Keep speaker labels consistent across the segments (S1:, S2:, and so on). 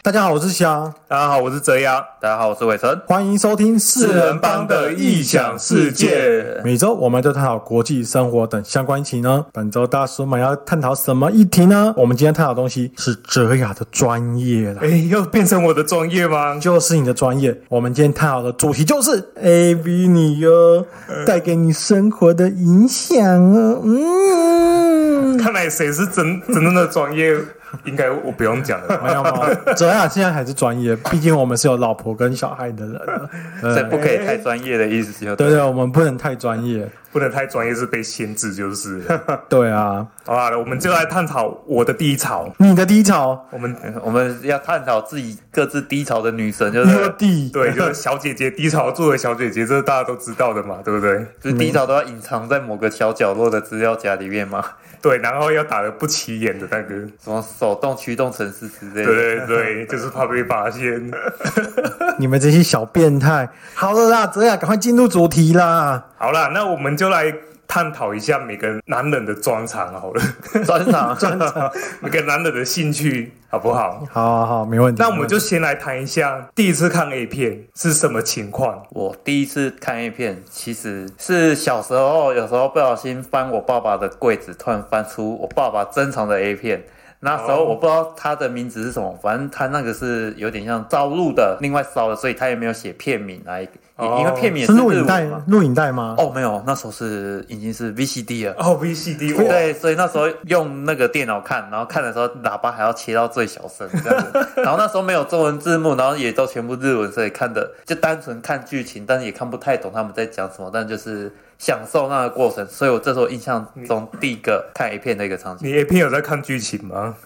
S1: 大家好，我是翔，
S2: 大家好，我是泽阳。大家好，我是伟成。
S1: 欢迎收听四
S2: 界。
S1: 每周我们都探讨国际生活等相关议题呢。本周大叔们要探讨什么议题呢？我们今天探讨的东西是哲雅的专业啦
S2: 哎，，又变成我的专业吗？
S1: 就是你的专业。我们今天探讨的主题就是 A V 女优带给你生活的影响哦。嗯，
S2: 看来谁是真真正的专业，应该我不用讲了，
S1: 没有没有，哲雅现在还是专业，毕竟我们是有老婆跟小孩的人了。
S2: 所以
S1: 对
S2: 不可以太专业的意思就
S1: 对对，我们不能太专业。
S2: 不能太专业是被限制就是了。
S1: 对啊，
S2: 好啦，我们就来探讨我的低潮。
S1: 你的低潮，
S2: 我们
S3: 我们要探讨自己各自低潮的女神，就
S1: 你 的
S3: 是
S1: 低，
S2: 对，就是小姐姐低潮作为小姐姐，这是大家都知道的嘛，对不对？
S3: 就是低潮都要隐藏在某个小角落的资料夹里 面嘛，
S2: 对，然后要打得不起眼的那个，
S3: 什么手动驱动程式之类
S2: 对
S3: 的。
S2: 对 对，就是怕被发现。
S1: 你们这些小变态。好了啦，泽雅，赶快进入主题啦。
S2: 好啦，那我们就来探讨一下每个男人的专长好了，
S3: 专 场
S2: 每个男人的兴趣好不好？
S1: 好好好，没问题。
S2: 那我们
S1: 没问
S2: 就先来谈一下第一次看 A 片是什么情况。
S3: 我第一次看 A 片，其实是小时候，有时候不小心翻我爸爸的柜子，突然翻出我爸爸珍藏的 A 片。那时候
S2: 哦
S3: 我不知道他的名字是什么，反正他那个是有点像招录的，另外烧的，所以他也没有写片名来，也
S2: 哦
S3: 因为片
S1: 题
S3: 名也
S1: 是
S3: 日
S1: 录
S3: 文
S1: 影带
S3: 嘛。，
S1: 录影带吗？
S3: 哦，没有，那时候是已经是 VCD 了。
S2: 哦，VCD，哇，
S3: 对，所以那时候用那个电脑看，然后看的时候喇叭还要切到最小声这样子，然后那时候没有中文字幕，然后也都全部日文，所以看的就单纯看剧情，但是也看不太懂他们在讲什么，但就是享受那个过程。所以我这时候印象中第一个看 A 片的一个场景，
S2: 你 A 片有在看剧情吗？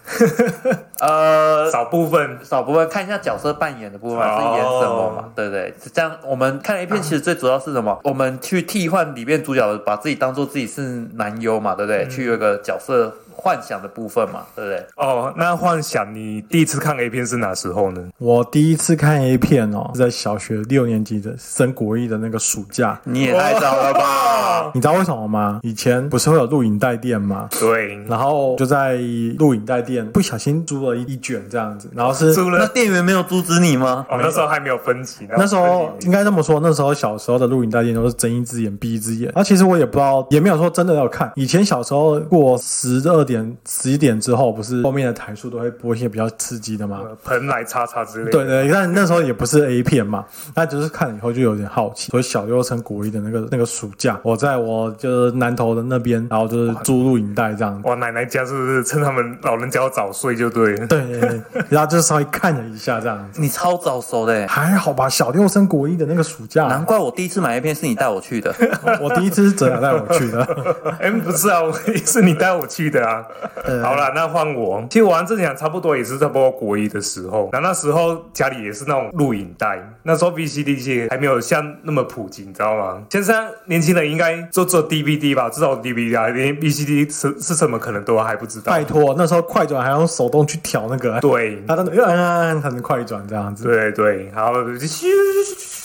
S3: 呃，
S2: 少部分
S3: 少部分看一下角色扮演的部分
S2: 哦
S3: 是演什么嘛，对不对？是这样，我们看 A 片其实最主要是什么？我们去替换里面主角，把自己当做自己是男优嘛，对不对？去有一个角色幻想的部分嘛，对不对？
S2: 哦。那幻想你第一次看 A 片是哪时候呢？
S1: 我第一次看 A 片哦，是在小学六年级的升国一的那个暑假。
S3: 你也太早了吧！
S1: 你知道为什么吗？以前不是会有录影带店吗？
S2: 对，
S1: 然后就在录影带店不小心租了一一卷这样子，然后是
S2: 租
S3: 那
S2: 了。
S3: 店员没有阻止你吗？
S2: 哦，那时候还没有分级，
S1: 那时候
S2: 分级
S1: 应该这么说，那时候小时候的录影带店都是睁一只眼闭一只眼。然后其实我也不知道，也没有说真的要看。以前小时候过十二点、十一点之后，不是后面的台数都会播一些比较刺激的吗？
S2: 呃盆来叉叉之类的。
S1: 对对，但那时候也不是 A 片嘛，那只是看以后就有点好奇。所以小六升国一的那个那个暑假，我在我就是南头的那边，然后就是租录影带这样子。
S2: 哇，奶奶家是不是趁他们老人家要早睡就对了？
S1: 对，然后就稍微看了一下这样子，
S3: 你超早熟的欸，
S1: 还好吧。小六升国一的那个暑假，
S3: 难怪我第一次买 A 片是你带我去的。
S1: 我第一次是泽雅带我去的。
S2: 哎、不是啊，我是你带我去的啊。
S1: 呃
S2: 好啦，那换我。其实我和正讲差不多，也是差不多国一的时候。那那时候家里也是那种录影带，那时候 VCD 其实还没有像那么普及，你知道吗？现在年轻人应该就做 DVD 吧，至少 DVD 啊，连 VCD 是是什么可能都还不知道
S1: 拜。托，那时候快转还要用手动去调那个，
S2: 对。
S1: 他真的按按按才能快转这样子。
S2: 对对，然后就咻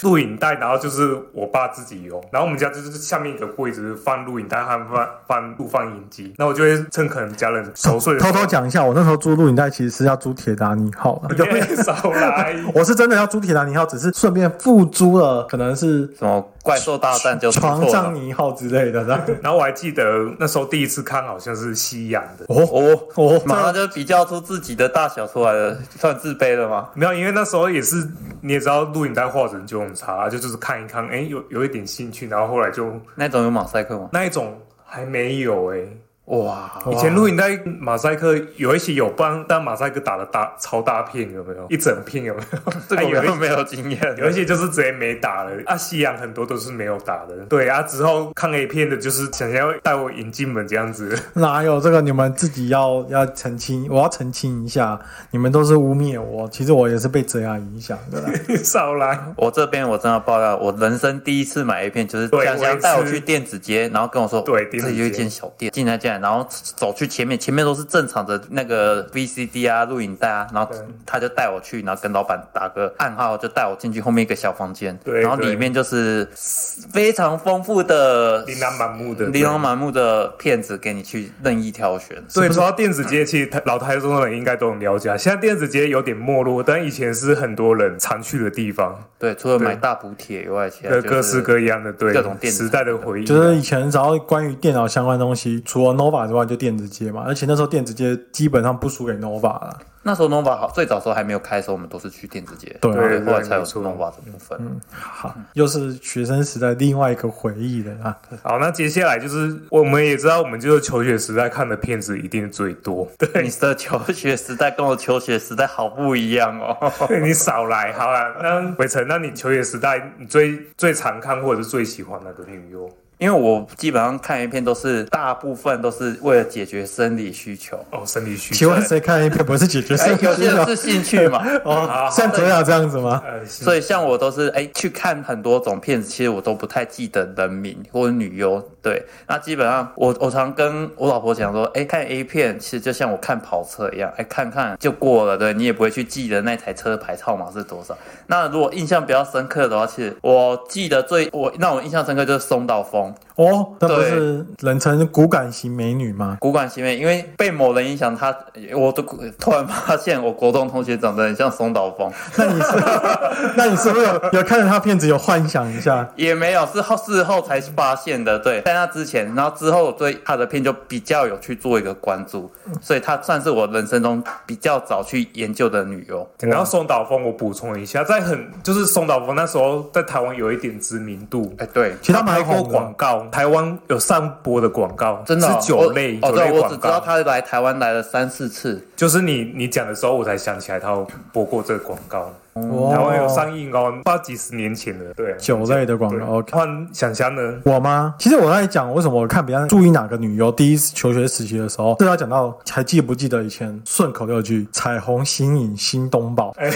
S2: 录影带，然后就是我爸自己有，然后我们家就是下面一个柜子放录影带和放放录放影机，那我就会趁可能家人熟睡的时
S1: 偷
S2: 候，
S1: 偷讲一下，我那时候租录影带其实是要租铁达尼号啊，
S2: 有点少来。
S1: 我是真的要租铁达尼号，只是顺便附租了，可能是
S3: 什么怪兽大战就出错
S1: 床
S3: 了
S1: 上一号之类的这样。
S2: 然后我还记得那时候第一次看好像是西洋的，
S1: 哦
S3: 哦
S1: 哦，
S3: 马上就比较出自己的大小出来了，算自卑了吗？
S2: 没有，因为那时候也是你也知道录影带画质就很差，啊就就是看一看，哎，有有一点兴趣，然后后来就
S3: 那种有马赛克吗？
S2: 那一种还没有哎、
S3: 哇，
S2: 以前录影带马赛克有一些有帮，但马赛克打了大超大片有没有？一整片有没有？
S3: 这个
S2: 还有一
S3: 我没有经验，
S2: 有一些就是直接没打了啊，西洋很多都是没有打的，对啊，之后看 A 片的，就是想要带我引进门这样子，
S1: 哪有这个？你们自己要要澄清，我要澄清一下，你们都是污蔑我，其实我也是被泽雅影响的啦。
S2: 少来，
S3: 我这边我真的爆料，我人生第一次买 A 片就是
S2: 对
S3: 香
S2: 我也
S3: 香
S2: 是
S3: 带我去电子街，然后跟我说，
S2: 对电
S3: 这
S2: 子街
S3: 里有一间小店，进来竟然来，然后走去前面，前面都是正常的那个 VCD 啊、录影带啊，然后
S2: 对
S3: 他就带我去，然后跟老板打个暗号，就带我进去后面一个小房间，
S2: 对
S3: 然后
S2: 对
S3: 里面就是非常丰富的
S2: 琳琅满目的，
S3: 琳琅满目的片子给你去任意挑选。
S2: 所以说到电子街，其实老台中的人应该都很了解啊。现在电子街有点没落，但以前是很多人常去的地方，
S3: 对，除了
S2: 对
S3: 买大补帖以外，其他
S2: 呃，
S3: 啊就是
S2: 各式各样的对
S3: 各种电子
S2: 时代的回忆啊。
S1: 就是以前只要关于电脑相关的东西，除了 Nova 之外，就电子街嘛。而且那时候电子街基本上不输给 Nova 了。
S3: 那时候 Nova 好，最早的时候还没有开的时候，我们都是去电子街，
S1: 对
S3: 然后
S2: 对对
S3: 后来才有
S2: 没错
S3: Nova 的部分。
S1: 好，又是学生时代另外一个回忆了啊。
S2: 好，那接下来就是我们也知道，我们就是求学时代看的片子一定最 多。
S3: 你的求学时代跟我求学时代好不一样哦。
S2: 对，你少来好了。那伟成，那你求学时代你最最常看或者是最喜欢哪个女优？
S3: 因为我基本上看一片都是，大部分都是为了解决生理需求，
S2: 哦，生理需
S1: 请
S2: 求
S1: 问。谁看 A 片不是解决
S3: 哎
S1: 生，
S3: 有
S1: 活需
S3: 些
S1: 求
S3: 人是兴趣嘛，
S1: 哦？像泽雅这样子吗？
S2: 呃，
S3: 所以像我都是哎、去看很多种片子，其实我都不太记得人名或者女优。对，那基本上我我常跟我老婆讲说，哎、看 A 片其实就像我看跑车一样，哎、看看就过了，对你也不会去记得那台车牌号码是多少。那如果印象比较深刻的话，其实我记得最我让我印象深刻就是松岛枫。
S1: 哦，那不是人称骨感型美女吗？
S3: 骨感行为，因为被某人影响，他我都突然发现，我国中同学长得很像松岛枫，
S1: 那你是那你是不是有有看着她片子有幻想一下？
S3: 也没有是后事后才发现的，对，在那之前，然后之后我对他的片就比较有去做一个关注，
S2: 嗯
S3: 所以他算是我人生中比较早去研究的女优。
S2: 然后松岛枫，我补充一下，在很就是松岛枫那时候在台湾有一点知名度，
S3: 哎，对，
S1: 其实她
S2: 拍
S1: 蛮
S2: 过
S1: 红
S2: 广
S1: 的，
S2: 告，台湾有上播的广告，
S3: 真的哦、
S2: 是酒类
S3: 我哦，
S2: 酒类
S3: 对，我只
S2: 广
S3: 知
S2: 告。
S3: 道他来台湾来了三四次，
S2: 就是你你讲的时候，我才想起来他有播过这个广告，台湾有
S1: 哦，
S2: 上映哦，不知道几十年前了。对，
S1: 酒类的广
S2: 对
S1: 告。OK，
S2: 换想象呢，
S1: 我吗？其实我在讲为什么我看比较注意哪个女优。第一次求学时期的时候，这要讲到还记不记得以前顺口溜句“彩虹新影新东宝”？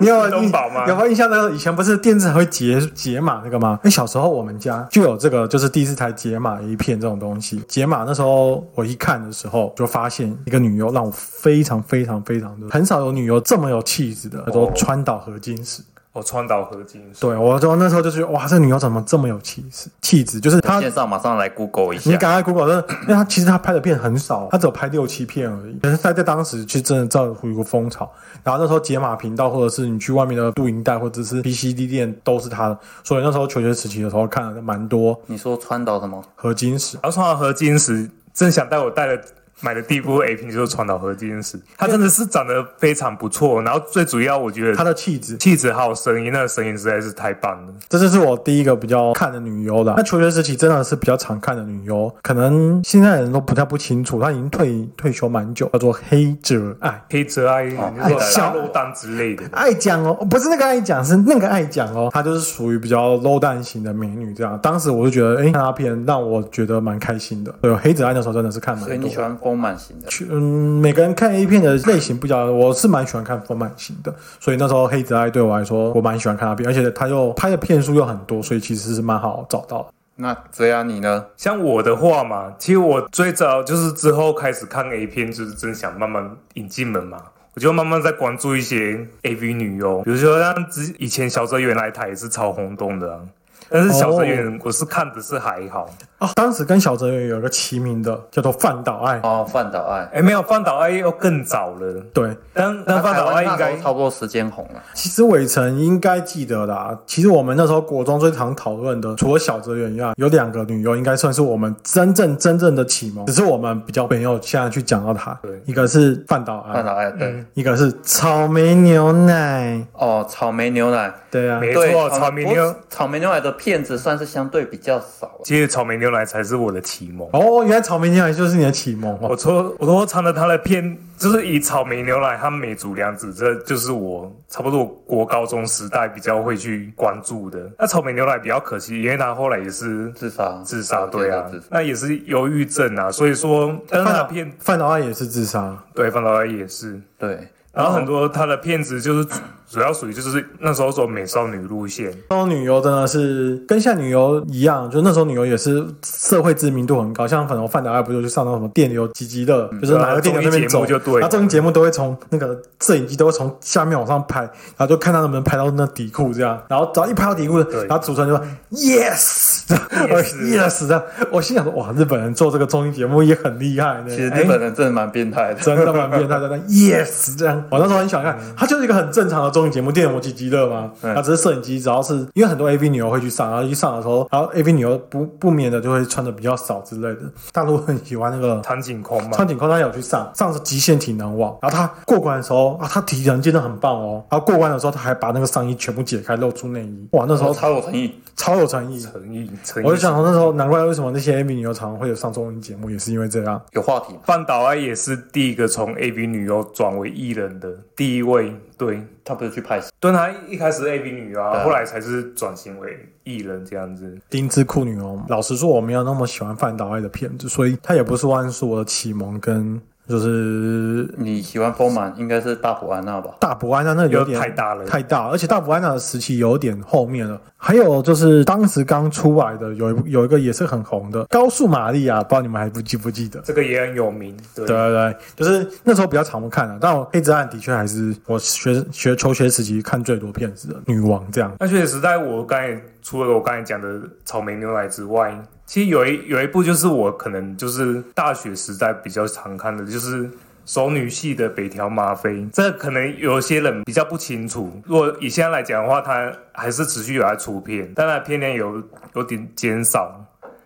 S1: 你有
S2: 哎新东宝吗
S1: 有没有印象？那个以前不是电视还会解解码那个吗？哎，小时候我们家就有这个，就是第四台解码 A 片这种东西。解码那时候我一看的时候，就发现一个女优让我非常非常非常的很少有女优这么有气质的，叫做川岛和金石。
S2: 哦，川岛合金，
S1: 对，我就那时候就觉得哇，这女优怎么这么有气势？气质就是她
S3: 线上马上来 Google 一
S1: 你
S3: 下。
S1: 赶快 Google，真的因为他其实他拍的片很少，他只有拍六七片而已。可是他在当时去真的造出一个风潮，然后那时候解码频道或者是你去外面的录音带或者是 BCD 店都是他的，所以那时候求学时期的时候看了蛮多
S3: 你说川岛什么？
S1: 合金石。
S2: 然后川岛合金时，正想带我带的买的第一部 A 片就是川岛合金时，他真的是长得非常不错，然后最主要我觉
S1: 他
S2: 得。
S1: 的气质，
S2: 气质还有声音，那个声音实在是太棒了。
S1: 这就是我第一个比较看的女优了。那求学时期真的是比较常看的女优，可能现在人都不太不清楚，她已经退退休蛮久，叫做黑泽爱。
S2: 黑泽爱，你说
S1: 小
S2: 沙漏蛋之类的，
S1: 爱讲哦，不是那个爱讲，是那个爱讲哦。她就是属于比较 low 蛋型的美女这样。当时我就觉得，哎、看她片让我觉得蛮开心的。对，黑子爱那时候真的是看
S3: 所以
S1: 蛮
S3: 你
S1: 多
S3: 喜。欢丰满型的？
S1: 去嗯，每个人看 A 片的类型不一样，我是蛮喜欢看丰满型的，所以那时候黑子爱对我来说，我蛮喜欢看她片，而且她又拍的片数又很多，所以其实是蛮好找到的。
S3: 那泽雅你呢？
S2: 像我的话嘛，其实我最早就是之后开始看 A 片，就是真想慢慢引进门嘛。我就慢慢在关注一些 AV 女优，比如说像之以前小泽原来她也是超轰动的、啊，但是小泽原我是看的是还好，
S1: 哦，当时跟小泽圆有一个齐名的，叫做饭岛爱。
S3: 哦，范岛爱。
S2: 哎、没有饭岛爱又更早了，
S1: 对，
S2: 但但饭
S3: 台
S2: 岛爱
S3: 湾
S2: 应
S3: 那时候
S2: 该
S3: 差不多时间红了。
S1: 其实伟成应该记得啦。其实我们那时候国中最常讨论的，除了小泽圆以外，有两个女优应该算是我们真正真正的启蒙，只是我们比较没有现在去讲到她。
S2: 对
S1: 一个是半岛
S2: 啊
S1: 爱，
S3: 看到哎，
S2: 嗯
S3: 对，
S1: 一个是草莓牛奶。
S3: 哦，草莓牛奶，
S1: 对啊，
S2: 没
S3: 对
S2: 错，草莓牛，
S3: 不，草莓牛奶的片子算是相对比较少。
S2: 其实草莓牛奶才是我的启蒙。
S1: 哦，原来草莓牛奶就是你的启蒙哦。
S2: 我说，我说尝了他的片，就是以草莓牛奶和美足良子，这就是我差不多国高中时代比较会去关注的。那草莓牛奶比较可惜，因为他后来也是
S3: 自杀，
S2: 自杀，对啊
S3: 自杀，
S2: 那也是忧郁症啊，所以说，但是他的片
S1: 饭岛爱也是自杀，
S2: 对范导演也是。
S3: 对。
S2: 然后很多他的片子就是主要属于就是那时候走美少女路线，
S1: 那种女优真的是跟现在女优一样，就那时候女优也是社会知名度很高，像粉红范达爱不就去上那种什么电流吉吉乐，就是哪个电流那边走，
S2: 嗯啊综艺节目就对
S1: 然后综艺节目都会从那个摄影机都会从下面往上拍，然后就看他能不能拍到那底裤这样，然后只要一拍到底裤，
S2: 对
S1: 然后主持人就说 yes 这样 yes 这样， 我心想说哇，日本人做这个综艺节目也很厉害呢，
S3: 其实
S1: 哎
S3: 日本人真的蛮变态的。
S1: 真的蛮变态的。那 yes 这样，我那时候很想看，它就是一个很正常的综艺节目，电摩吉极乐嘛。
S3: 嗯
S1: 它只是摄影机，只要是因为很多 AV 女优会去上，然后一上的时候，然后 AV 女优不不免的就会穿的比较少之类的。大陆很喜欢那个
S2: 苍井空嘛
S1: 穿，井空，他有去上，上是极限体能网，然后他过关的时候啊，他体能真的很棒哦。然后过关的时候，他还把那个上衣全部解开，露出内衣，哇，那时
S3: 然后
S1: 候
S3: 超有诚意，
S1: 超有诚意。
S2: 诚意诚意。
S1: 我就想说，那时候难怪为什么那些 AV 女优常常会有上综艺节目，也是因为这样。
S3: 有话题嘛。
S2: 半岛爱也是第一个从 AV 女优转为艺人的第一位，对，
S3: 他不是去拍戏，
S2: 对她一开始是 AV 女优啊，
S3: 对
S2: 后来才是转型为艺人这样子。
S1: 丁字裤女哦，老实说我没有那么喜欢范岛爱的片子，所以它也不算是我的启蒙跟就是
S3: 你喜欢丰满应该是大埔安娜吧？
S1: 大伯安娜那个有点
S2: 又太大了
S1: 太大，而且大伯安娜的时期有点后面了。还有就是当时刚出来的有一部有一个也是很红的《高速玛丽亚》，不知道你们还不记不记得？
S2: 这个也很有名，对，
S1: 对对对，就是那时候比较常看的、啊但我《黑之暗》的确还是我学学求学时期看最多片子的女王这样。
S2: 那确实时代，我刚才除了我刚才讲的草莓牛奶之外，其实有一有一部就是我可能就是大学时代比较常看的，就是。熟女系的北条麻妃，这可能有些人比较不清楚。如果以现在来讲的话，它还是持续有在出片，当然片量有有点减少，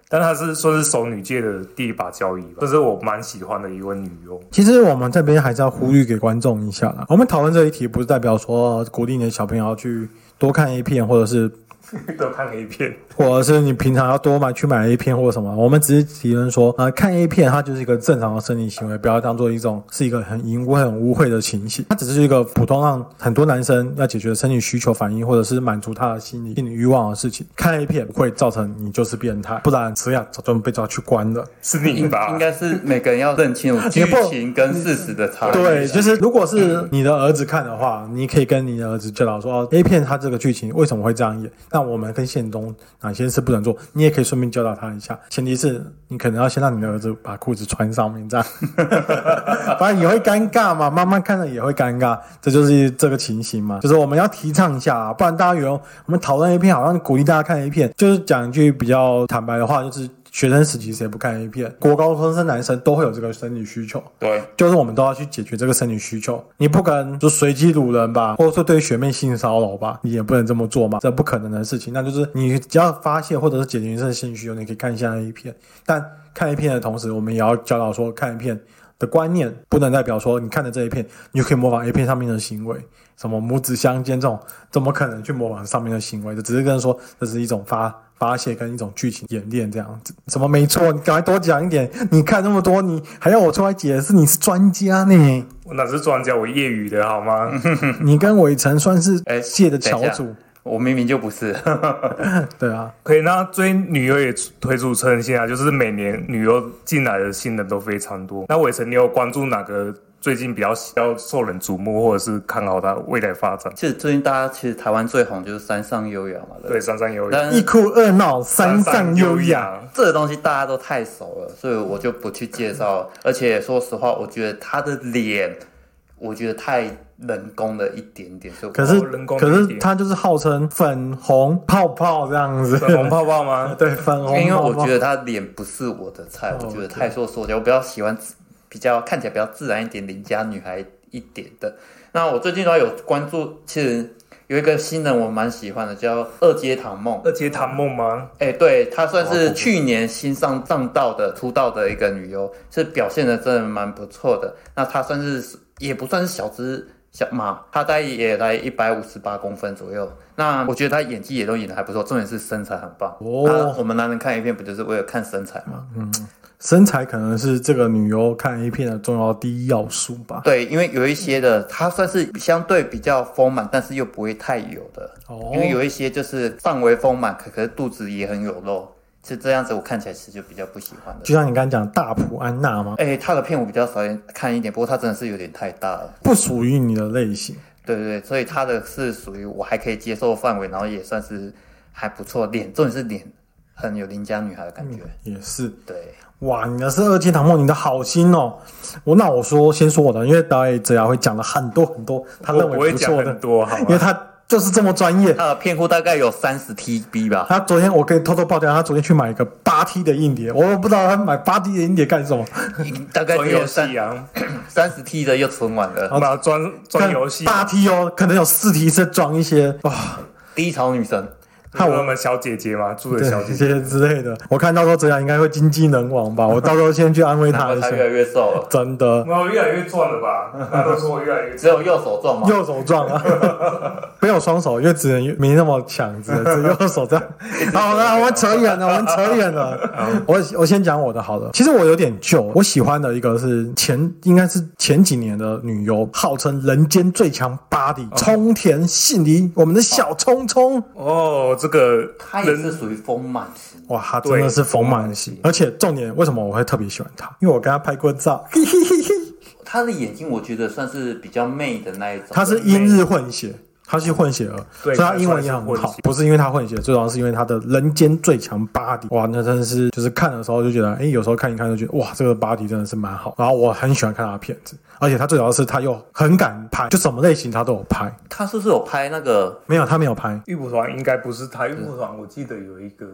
S2: 但她是说是熟女界的第一把交椅吧，这是我蛮喜欢的一位女优。
S1: 其实我们这边还是要呼吁给观众一下啦。我们讨论这一题，不是代表说鼓励你的小朋友要去多看 A 片，或者是
S2: 都看 A 片，
S1: 或者是你平常要多买去买 A 片或什么。我们只是提论说，啊，看 A 片它就是一个正常的生理行为，不要当做一种是一个很淫秽、很污秽的情形。它只是一个普通让很多男生要解决生理需求反应，或者是满足他的心理心理欲望的事情。看 A 片不会造成你就是变态，不然迟早早就被抓去关了。
S2: 是你
S3: 应
S2: 吧？
S3: 应该是每个人要认清 楚
S1: 也
S3: 剧
S1: 不
S3: 情跟事实的差异。
S1: 对，就是如果是你的儿子看的话，你可以跟你的儿子教导说、哦、，A 片它这个剧情为什么会这样演？那我们跟现中哪些是不能做？你也可以顺便教导他一下，前提是你可能要先让你的儿子把裤子穿上面，这样，不然你会尴尬嘛，妈妈看了也会尴尬，这就是这个情形嘛，就是我们要提倡一下、啊，不然大家有我们讨论 A 片，好像鼓励大家看 A 片，就是讲一句比较坦白的话，就是。学生时期谁不看 A 片？国高中生男生都会有这个生理需求，
S3: 对，
S1: 就是我们都要去解决这个生理需求，你不可能就随机掳人吧，或者说对学妹性骚扰吧，你也不能这么做嘛，这不可能的事情。那就是你只要发泄或者是解决这个性需求，你可以看一下 A 片，但看 A 片的同时，我们也要教导说看 A 片的观念不能代表说你看的这一片，你就可以模仿 A 片上面的行为，什么母子相间这种，怎么可能去模仿上面的行为？这只是跟人说这是一种发发泄跟一种剧情演练这样子。什么没错？你赶快多讲一点。你看那么多，你还要我出来解释？你是专家呢，
S2: 我哪是专家，我业余的好吗？
S1: 你跟伟成算是
S3: 哎
S1: 界的翘楚。
S3: 我明明就不是。
S1: 对啊，
S2: 可以，那追女优也推出称现啊，就是每年女优进来的新人都非常多。那伟成，你有关注哪个最近比较比较受人瞩目，或者是看好它未来发展？
S3: 其实最近大家其实台湾最红就是山上优雅嘛，对不对
S2: 对，三三优雅，
S3: 但
S1: 一哭二闹呃三上优雅。，
S3: 这个东西大家都太熟了，所以我就不去介绍了。而且说实话，我觉得他的脸，我觉得太人工了一点点，所以我
S1: 可是
S2: 哦人工
S1: 可是
S2: 理解
S1: 他就是号称粉红泡泡这样子，
S2: 粉红泡泡吗？
S1: 对粉红
S3: 因为
S1: 泡
S3: 我
S1: 泡
S3: 觉。得他脸不是我的
S1: 哦
S3: 菜，我觉得太做作了，我比较喜欢比较看起来比较自然一点、邻家女孩一点的。那我最近呢有关注，其实有一个新人我蛮喜欢的，叫二阶堂梦。
S2: 二阶堂梦吗？
S3: 哎、对，她算是去年新上上道的出道的一个女优，是表现的真的蛮不错的。那她算是也不算是小只小马，她大概也来一百五十八公分左右。那我觉得她演技也都演的还不错，重点是身材很棒。
S1: 哦
S3: 那我们男人看 A 片不就是为了看身材吗？
S1: 身材可能是这个女优看 A 片的重要第一要素吧。
S3: 对，因为有一些的她算是相对比较丰满，但是又不会太油的。
S1: 哦
S3: 因为有一些就是范围丰满，可可是肚子也很有肉。是这样子，我看起来是就比较不喜欢的。
S1: 就像你刚刚讲大埔安娜吗？
S3: 哎、他的片我比较少看一点，不过他真的是有点太大了。
S1: 不属于你的类型。
S3: 对对对，所以他的是属于我还可以接受的范围，然后也算是还不错。脸，重点是脸很有邻家女孩的感觉。
S1: 也是
S3: 对，
S1: 哇，你的是二阶堂梦，你的好心哦。我那我说先说我的，因为导演泽雅会讲了很多很多他
S2: 我
S1: 认
S2: 不会
S1: 为不
S2: 讲
S1: 错的
S2: 很，多，好
S1: 因为
S2: 吗？
S1: 他就是这么专业。
S3: 他的片库大概有三十 TB 吧。
S1: 他昨天我可以偷偷爆料，他昨天去买一个八 T 的硬碟，我不知道他买八 T 的硬碟干什么，
S3: 大概
S2: 专
S3: 只
S2: 游
S3: 有三
S2: 戏啊，
S3: 三十 T 的又存完
S1: 哦
S3: 了。
S2: 嘛专专游戏啊，
S1: 八 T 哦，可能有四 T 是装一些哇，
S3: 低潮女神，
S1: 看
S2: 我
S1: 我
S2: 们小姐姐嘛，住的
S1: 对
S2: 小姐
S1: 这
S2: 姐，
S1: 些之类的。我看到时候泽阳应该会经济人亡吧，我到时候先去安慰
S3: 然
S1: 他
S3: 后
S1: 一下
S3: 她。越来越瘦了，
S1: 真的，
S2: 我越来越壮 了吧？大家都说我越来越
S3: 只有右手撞嘛。
S1: 右手撞 啊，没有双手，因为只能没那么强，只能只右手这样。好了，我们扯远了，我们扯远了。我我先讲我的好了。其实我有点旧，我喜欢的一个是前应该是前几年的女优，号称人间最强 body 冲田杏梨，我们的小冲冲。
S2: 哦，这个
S3: 她也
S2: 人
S3: 是属于丰满型，
S1: 哇，她真的是丰满型，而且重点为什么我会特别喜欢她？因为我跟她拍过照，
S3: 她的眼睛我觉得算是比较媚的那一种。
S1: 她是英日混血，她是混血儿，所
S2: 对
S1: 以她英文也很
S2: 她算是
S1: 好
S2: 混血。
S1: 不是因为她混血，最主要是因为她的人间最强 body。哇，那真的是就是看的时候就觉得，哎，有时候看一看就觉得，哇，这个 body 真的是蛮好。然后我很喜欢看她的片子，而且她最主要是她又很敢拍，就什么类型她都有拍。
S3: 她是不是有拍那个
S1: 没有，她没有拍
S2: 玉蒲团应该不是他，玉蒲团我记得有一个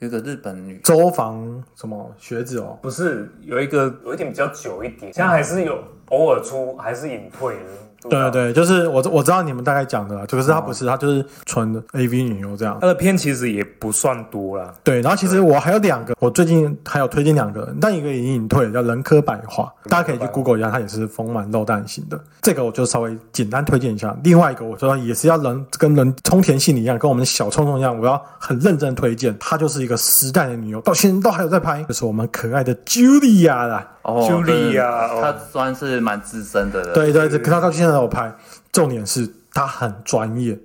S3: 有一个日本女？
S1: 周防什么学子哦。
S2: 不是有一个有一点比较久一点，现在还是有偶尔出，还是隐退了。
S1: 对
S2: 啊
S1: 对对，就是我我知道你们大概讲的啦，就可
S2: 哦
S1: 是她不是，她就是纯 AV 女优这样。
S2: 他的片其实也不算多啦，
S1: 对，然后其实我还有两个，我最近还有推荐两个，但一个已经隐退了，叫人科百花，大家可以去 Google 一下，它也是丰满肉蛋型的。这个我就稍微简单推荐一下。另外一个我说也是要人跟人冲田杏里一样，跟我们的小冲冲一样，我要很认真推荐。她就是一个时代的女优，到现在都还有在拍，就是我们可爱的 Julia 啦。
S3: 哦，
S2: 茱莉
S1: 啊
S2: 亚
S3: 对
S2: 哦
S3: 她算是蛮资深的了。，
S1: 对对对，可他到现在都有拍，重点是他很专业，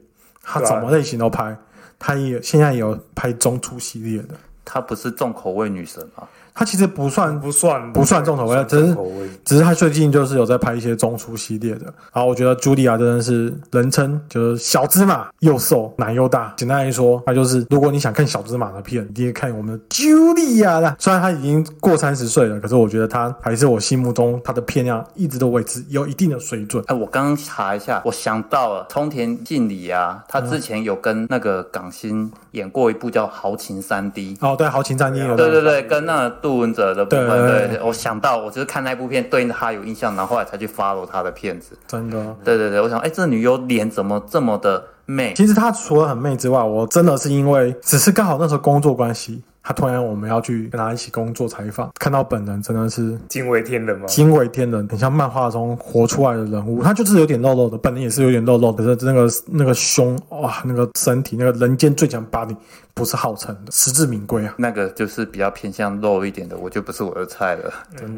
S1: 他
S2: 对啊
S1: 什么类型都拍，他也现在也有拍中出系列的。
S3: 她不是重口味女神吗？
S1: 他其实不算
S2: 不算
S1: 不算重口味，只
S2: 重
S1: 是
S2: 口味。
S1: 只是他最近就是有在拍一些中出系列的。然后我觉得茱莉亚真的是人称就是小芝麻，又瘦奶又大。简单来说，他就是如果你想看小芝麻的片，你也看我们的茱莉亚啦。虽然她已经过三十岁了，可是我觉得她还是我心目中她的片量一直都维持有一定的水准。
S3: 哎，我刚刚查一下，我想到了冲田杏里啊，她之前有跟那个港星演过一部叫《豪情三 D》。
S1: 哦，对，豪情战也有
S3: 对
S1: 的。
S3: 对对，跟那个杜文泽的部分，
S1: 对对对
S3: 对我想到，我就是看那部片对应他有印象，然后后来才去 follow 他的片子。
S1: 真的。
S3: 对对对，我想，哎，这女优脸怎么这么的媚？
S1: 其实她除了很媚之外，我真的是因为只是刚好那时候工作关系，她突然我们要去跟她一起工作采访，看到本人真的是
S2: 惊为天人吗？
S1: 惊为天人，很像漫画中活出来的人物。她就是有点肉肉的，本人也是有点肉肉的，可是那个那个胸哇，那个身体，那个人间最强巴黎不是号称的，实至名归啊。
S3: 那个就是比较偏向肉一点的，我就不是我的菜了。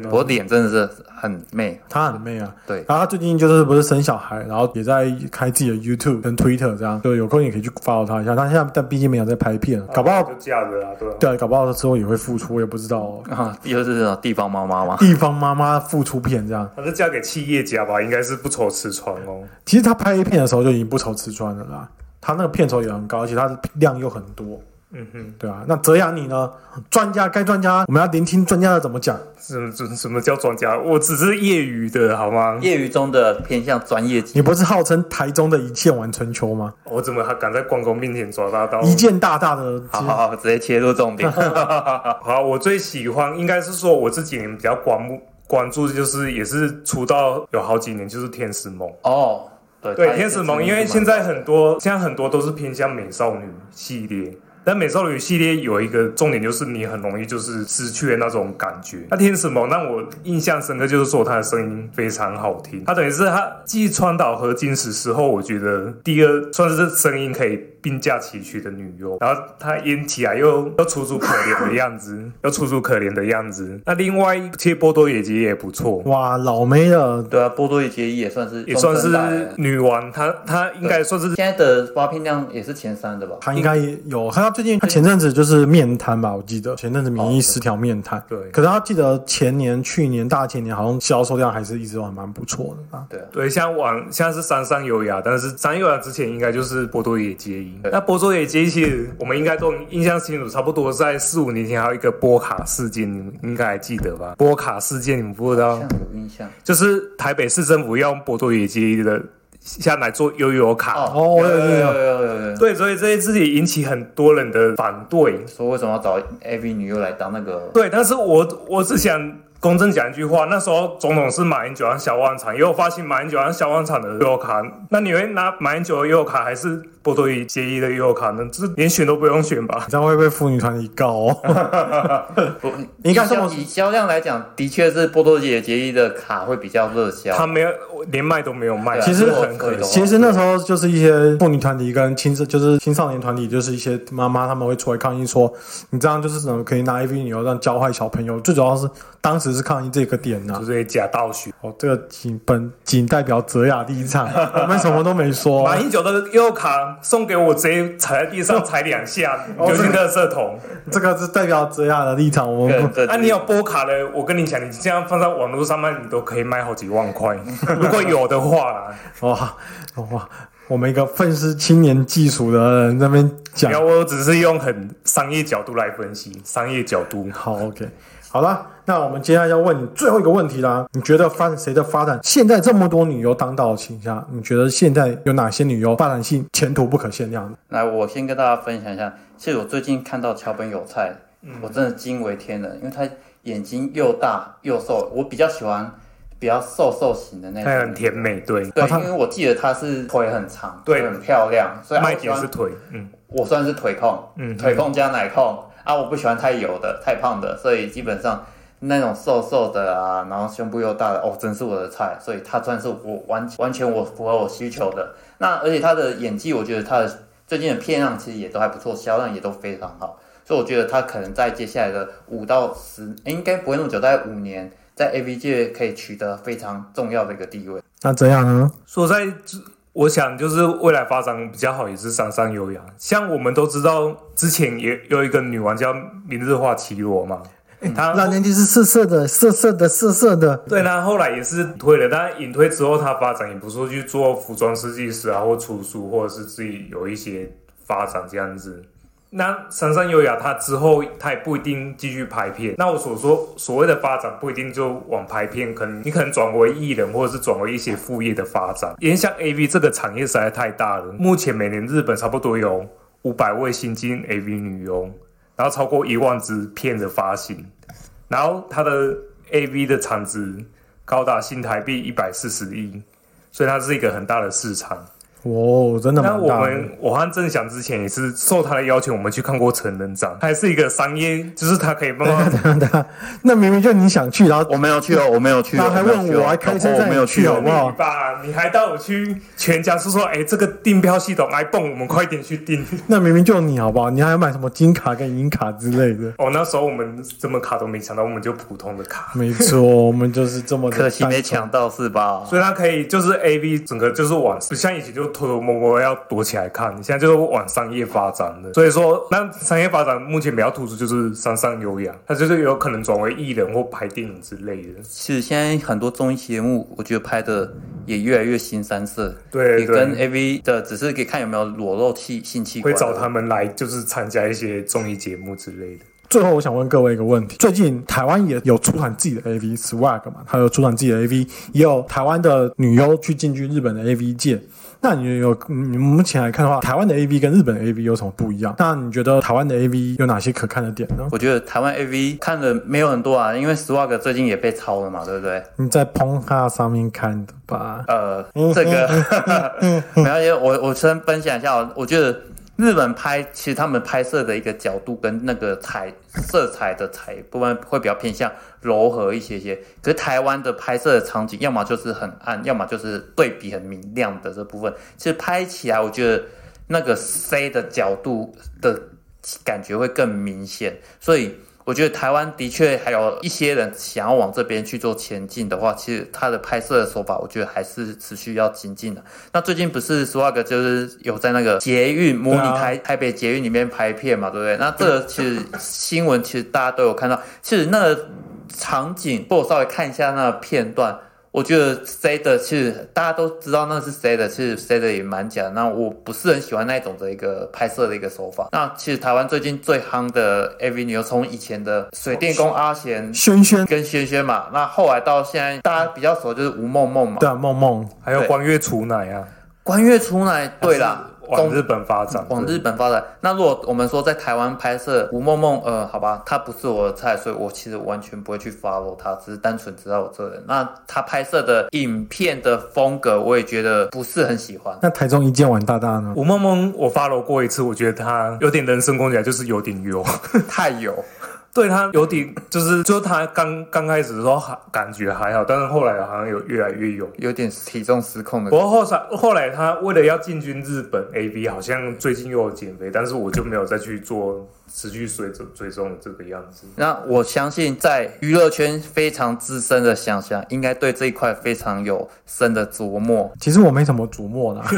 S3: 我脸真的是很媚，
S1: 她很媚啊，
S3: 对
S1: 然后她最近就是不是生小孩，然后也在开自己的 YouTube 跟 Twitter 这样，就有空也可以去 follow 她一下。她现在但毕竟没有在拍片，搞不好
S2: 就嫁了啊，对吧？
S1: 对，搞不好他之后也会复出，我也不知道、哦。
S3: 啊， 又是那种地方妈妈嘛。
S1: 地方妈妈复出片这样，
S2: 她是嫁给企业家吧？应该是不愁吃穿哦。
S1: 其实他拍片的时候就已经不愁吃穿了啦。他那个片酬也很高，而且他的量又很多，
S2: 嗯哼，
S1: 对啊。那泽阳你呢？专家该专家，我们要聆听专家的怎么讲。
S2: 什么什什么叫专家？我只是业余的好吗？
S3: 业余中的偏向专业级，
S1: 你不是号称台中的一剑玩春秋吗？
S2: 我怎么还敢在关公面前抓大刀？
S1: 一剑大大的，
S2: 嗯
S3: 好好好，直接切入重点。
S2: 好，我最喜欢应该是说我这几年比较关关注，就是也是出道有好几年，就是《天使梦》。
S3: 哦，对
S2: 对，《天使梦》，因为现在很多现在很多都是偏向美少女系列。但美少女系列有一个重点，就是你很容易就是失去那种感觉。那天使萌让我印象深刻，就是说她的声音非常好听。她等于是她继川岛和金石之后，我觉得第二算是声音可以并驾齐驱的女佣，然后她演起来又又楚楚可怜的样 子，又楚楚可怜的样子。那另外，其实波多野结衣也不错，
S1: 哇，老妹了，
S3: 对啊，波多野结衣也算是
S2: 也算
S3: 中生代
S2: 是
S3: 了
S2: 女王，她她应该算是
S3: 现在的发片量也是前三的吧？
S1: 她应该也有。看她最
S2: 嗯
S1: 近，她前阵子就是面瘫吧，我记得前阵子免疫失调面瘫。
S2: 哦对
S1: 可是她记得前年、去年、大前年好像销售量还是一直都还蛮不错的啊。
S3: 对啊，
S2: 对，像往像是山上优雅，但是山优雅之前应该就是波多野结衣
S3: 对。
S2: 那波多野结衣其实我们应该都印象清楚，差不多在四五年前还有一个波卡事件，你们应该还记得吧？波卡事件你们不知道
S3: 像？有印象
S2: 就是台北市政府要用波多野结衣的下来做悠游卡。
S1: 哦我有印象
S3: 有有有有有。
S2: 对，所以这一次也引起很多人的反对。
S3: 说为什么要找 AV 女优来当那个？
S2: 对，但是我我只想公正讲一句话，那时候总统是马英九和小旺场，也有发行马英九和小旺场的悠游卡，那你会拿马英九的悠游卡还是波多野结衣的悠游卡呢？就是连选都不用选吧？
S1: 你知道会被妇女团体告哦。
S3: 不，
S1: 应该这么
S3: 像以销量来讲，的确是波多野结衣的卡会比较热销。
S2: 他没有连卖都没有卖，
S3: 对啊
S1: 其实
S2: 这很可
S3: 我
S2: 惜。
S1: 其实那时候就是一些妇女团体跟青少就是青少年团体，就是一些妈妈他们会出来抗议说，你这样就是怎么可以拿 AV 女优让教坏小朋友？最主要是当时是抗议这个点呐、
S2: 就是假道许，
S1: 哦，这个仅本仅代表泽雅立场，我们什么都没说。
S2: 马英九的悠游卡送给我，直接踩在地上踩两下，
S1: 哦
S2: 流进垃圾桶。
S1: 这个是代表泽雅的立场，我
S3: 个
S1: 们
S3: 人
S2: 啊，你有波卡的，我跟你讲，你这样放在网络上卖，你都可以卖好几万块，如果有的话啦。
S1: 不哇哇，我们一个愤世青年技术的人在那边讲
S2: 没有，，我只是用很商业角度来分析，商业角度。
S1: 好，OK，好啦，那我们接下来要问你最后一个问题啦。你觉得发谁的发展？现在这么多女优当道的情况下，你觉得现在有哪些女优发展性前途不可限量的？
S3: 来，我先跟大家分享一下，其实我最近看到桥本有菜，
S2: 嗯
S3: 我真的惊为天人，因为她眼睛又大又瘦，我比较喜欢比较瘦瘦型的那
S2: 它
S3: 种
S2: 很。甜美，对，
S3: 对
S1: 啊她，
S3: 因为我记得她是腿很长，
S2: 对
S3: 腿很漂亮，所以啊
S2: 卖
S3: 我喜
S2: 点是
S3: 欢
S2: 腿，嗯，
S3: 我算是腿控，
S2: 嗯
S3: 腿控加奶控啊，我不喜欢太油的、太胖的，所以基本上那种瘦瘦的啊，然后胸部又大的，哦，真是我的菜，所以她算是我完完全我符合我需求的。那而且她的演技，我觉得她的最近的片量其实也都还不错，销量也都非常好，所以我觉得她可能在接下来的五到十，诶应该不会那么久，大概五年，在 A V 界可以取得非常重要的一个地位。
S1: 那怎样呢？
S2: 所以在我想就是未来发展比较好，也是上上优雅。像我们都知道，之前也有一个女王叫明日花绮罗嘛，她
S1: 那年纪是色色的，色色的，色色的。
S2: 对，那后来也是隐退了，但隐退之后，他发展也不是说去做服装设计师啊，或出书，或者是自己有一些发展这样子。那山上优雅，他之后他也不一定继续拍片。那我所说所谓的发展，不一定就往拍片，可能你可能转为艺人，或者是转为一些副业的发展。因为像 AV 这个产业实在太大了，目前每年日本差不多有五百位新进 AV 女优，然后超过一万支片的发行。然后它的 AV 的产值高达新台币一百四十亿，所以它是一个很大的市场。
S1: 哦，真的
S2: 那
S1: 蛮
S2: 我
S1: 大的。
S2: 们我和郑翔之前也是受他的邀请，我们去看过成人展，还是一个商业，就是他可以慢慢
S1: 那明明就你想去，然后
S3: 我没有去哦，我没有去
S1: 哦
S3: 哦，
S1: 那还问我还开车载你去哦我没有去哦
S2: 你吧，你还带我去全家是说，哎，这个订票系统哎 iPhone，我们快点去订。
S1: 那明明就你好不好？你还要买什么金卡跟银卡之类的？
S2: 哦，那时候我们什么卡都没抢到，我们就普通的卡。
S1: 没错，我们就是这么的
S3: 可惜没
S1: 单纯
S3: 抢到是吧？
S2: 所以它可以就是 A V 整个就是往不像以前就偷偷摸摸要躲起来看，现在就是往商业发展的。所以说，那商业发展目前比较突出就是山上优雅，它就是有可能转为艺人或拍电影之类的。
S3: 其实现在很多综艺节目，我觉得拍的也越来越新三色，
S2: 对
S3: 也跟
S2: 对，
S3: A V 的只是可以看有没有裸露器性器
S2: 会
S3: 官，
S2: 找他们来就是参加一些综艺节目之类的。
S1: 最后，我想问各位一个问题：最近台湾也有出产自己的 AV swag 嘛？它有出产自己的 AV，也有台湾的女优去进军日本的 AV 界。那你有你目前来看的话，台湾的 AV 跟日本的 AV 有什么不一样？那你觉得台湾的 AV 有哪些可看的点呢？
S3: 我觉得台湾 A V 看的没有很多啊，因为 Swag 最近也被抄了嘛，对不对？
S1: 你在 p o n h a 上面看的吧？
S3: 呃，这个没关系，我我先分享一下哦，我觉得日本拍其实他们拍摄的一个角度跟那个彩色彩的彩部分会比较偏向柔和一些些，可是台湾的拍摄的场景要么就是很暗，要么就是对比很明亮的这部分，其实拍起来我觉得那个 C 的角度的感觉会更明显，所以。我觉得台湾的确还有一些人想要往这边去做前进的话，其实它的拍摄手法，我觉得还是持续要精进的。那最近不是 Swag 就是有在那个捷运模拟台、台北捷运里面拍片嘛，对不对？那这个其实新闻其实大家都有看到，其实那个场景，或者稍微看一下那个片段。我觉得 C 的其实大家都知道那是 C 的，其实 C 的也蛮假的。那我不是很喜欢那种的一个拍摄的一个手法。那其实台湾最近最夯的 AV 女优，从以前的水电工阿贤
S1: 轩轩，
S3: 跟轩轩嘛，那后来到现在大家比较熟就是吴梦梦嘛，
S1: 对啊，梦梦，
S2: 还有关月厨奶啊，
S3: 关月出来，对啦，
S2: 往日本发展，
S3: 往日本发展。那如果我们说在台湾拍摄吴梦梦，呃，好吧，她不是我的菜，所以我其实完全不会去 follow 她，只是单纯知道我这人。那她拍摄的影片的风格，我也觉得不是很喜欢。
S1: 那台中一见完大大呢？
S2: 吴梦梦，我 follow 过一次，我觉得她有点人身攻击啊，就是有点油，
S3: 太油。
S2: 对他有点，就是就他刚刚开始的时候还感觉还好，但是后来好像有越来越有
S3: 有点体重失控的
S2: 不
S3: 感觉。
S2: 过后来后来他为了要进军日本 A B，好像最近又有减肥，但是我就没有再去做持续追踪追踪这个样子。
S3: 那我相信，在娱乐圈非常资深的想想，应该对这一块非常有深的琢磨。
S1: 其实我没什么琢磨啦。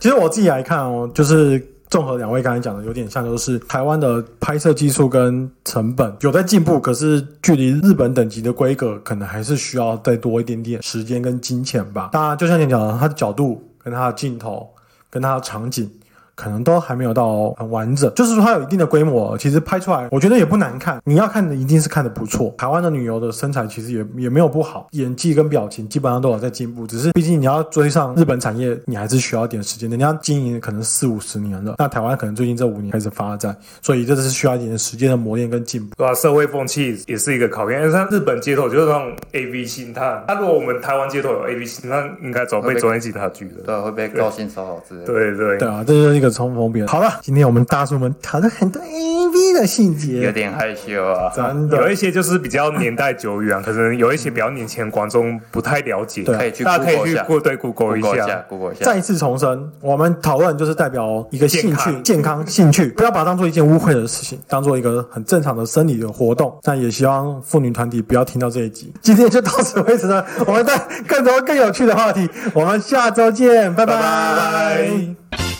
S1: 其实我自己来看哦，就是综合两位刚才讲的，有点像，就是台湾的拍摄技术跟成本有在进步，可是距离日本等级的规格，可能还是需要再多一点点时间跟金钱吧。当然，就像你讲的，它的角度、跟它的镜头、跟它的场景。可能都还没有到很完整，就是说它有一定的规模，其实拍出来我觉得也不难看。你要看的一定是看的不错。台湾的女优的身材其实也也没有不好，演技跟表情基本上都有在进步，只是毕竟你要追上日本产业，你还是需要一点时间。人家经营可能四五十年了，那台湾可能最近这五年开始发展，所以这是需要一点时间的磨练跟进步。
S2: 对吧、啊社会风气也是一个考验。因为像日本街头就是那种 A B 星探，那、如果我们台湾街头有 A B 星探，应该早被中央警察局了。
S3: 对，会被高薪骚扰之类的。
S2: 对对
S1: 对啊，这就是一个冲锋别人。好了，今天我们大叔们讨论很多 A V 的细
S3: 有
S1: 节，
S3: 点害羞啊。
S1: 真
S2: 有
S1: 的
S2: 一些就是比较年代久远，可能有一些比较年轻的观众不太了解，
S1: 对
S3: 啊可以去
S2: 大家可以
S3: Google 一
S2: 去
S3: 下
S2: Google 对 Google 一
S3: Google 一
S2: 下
S3: 下。，Google 一下。
S1: 再一次重申，我们讨论就是代表一个兴
S2: 健
S1: 趣、
S2: 康
S1: 健康、兴趣，不要把它当做一件污秽的事情，当做一个很正常的生理的活动。那也希望妇女团体不要听到这一集。今天就到此为止了，我们带更多更有趣的话题，我们下周见，拜
S2: 拜拜。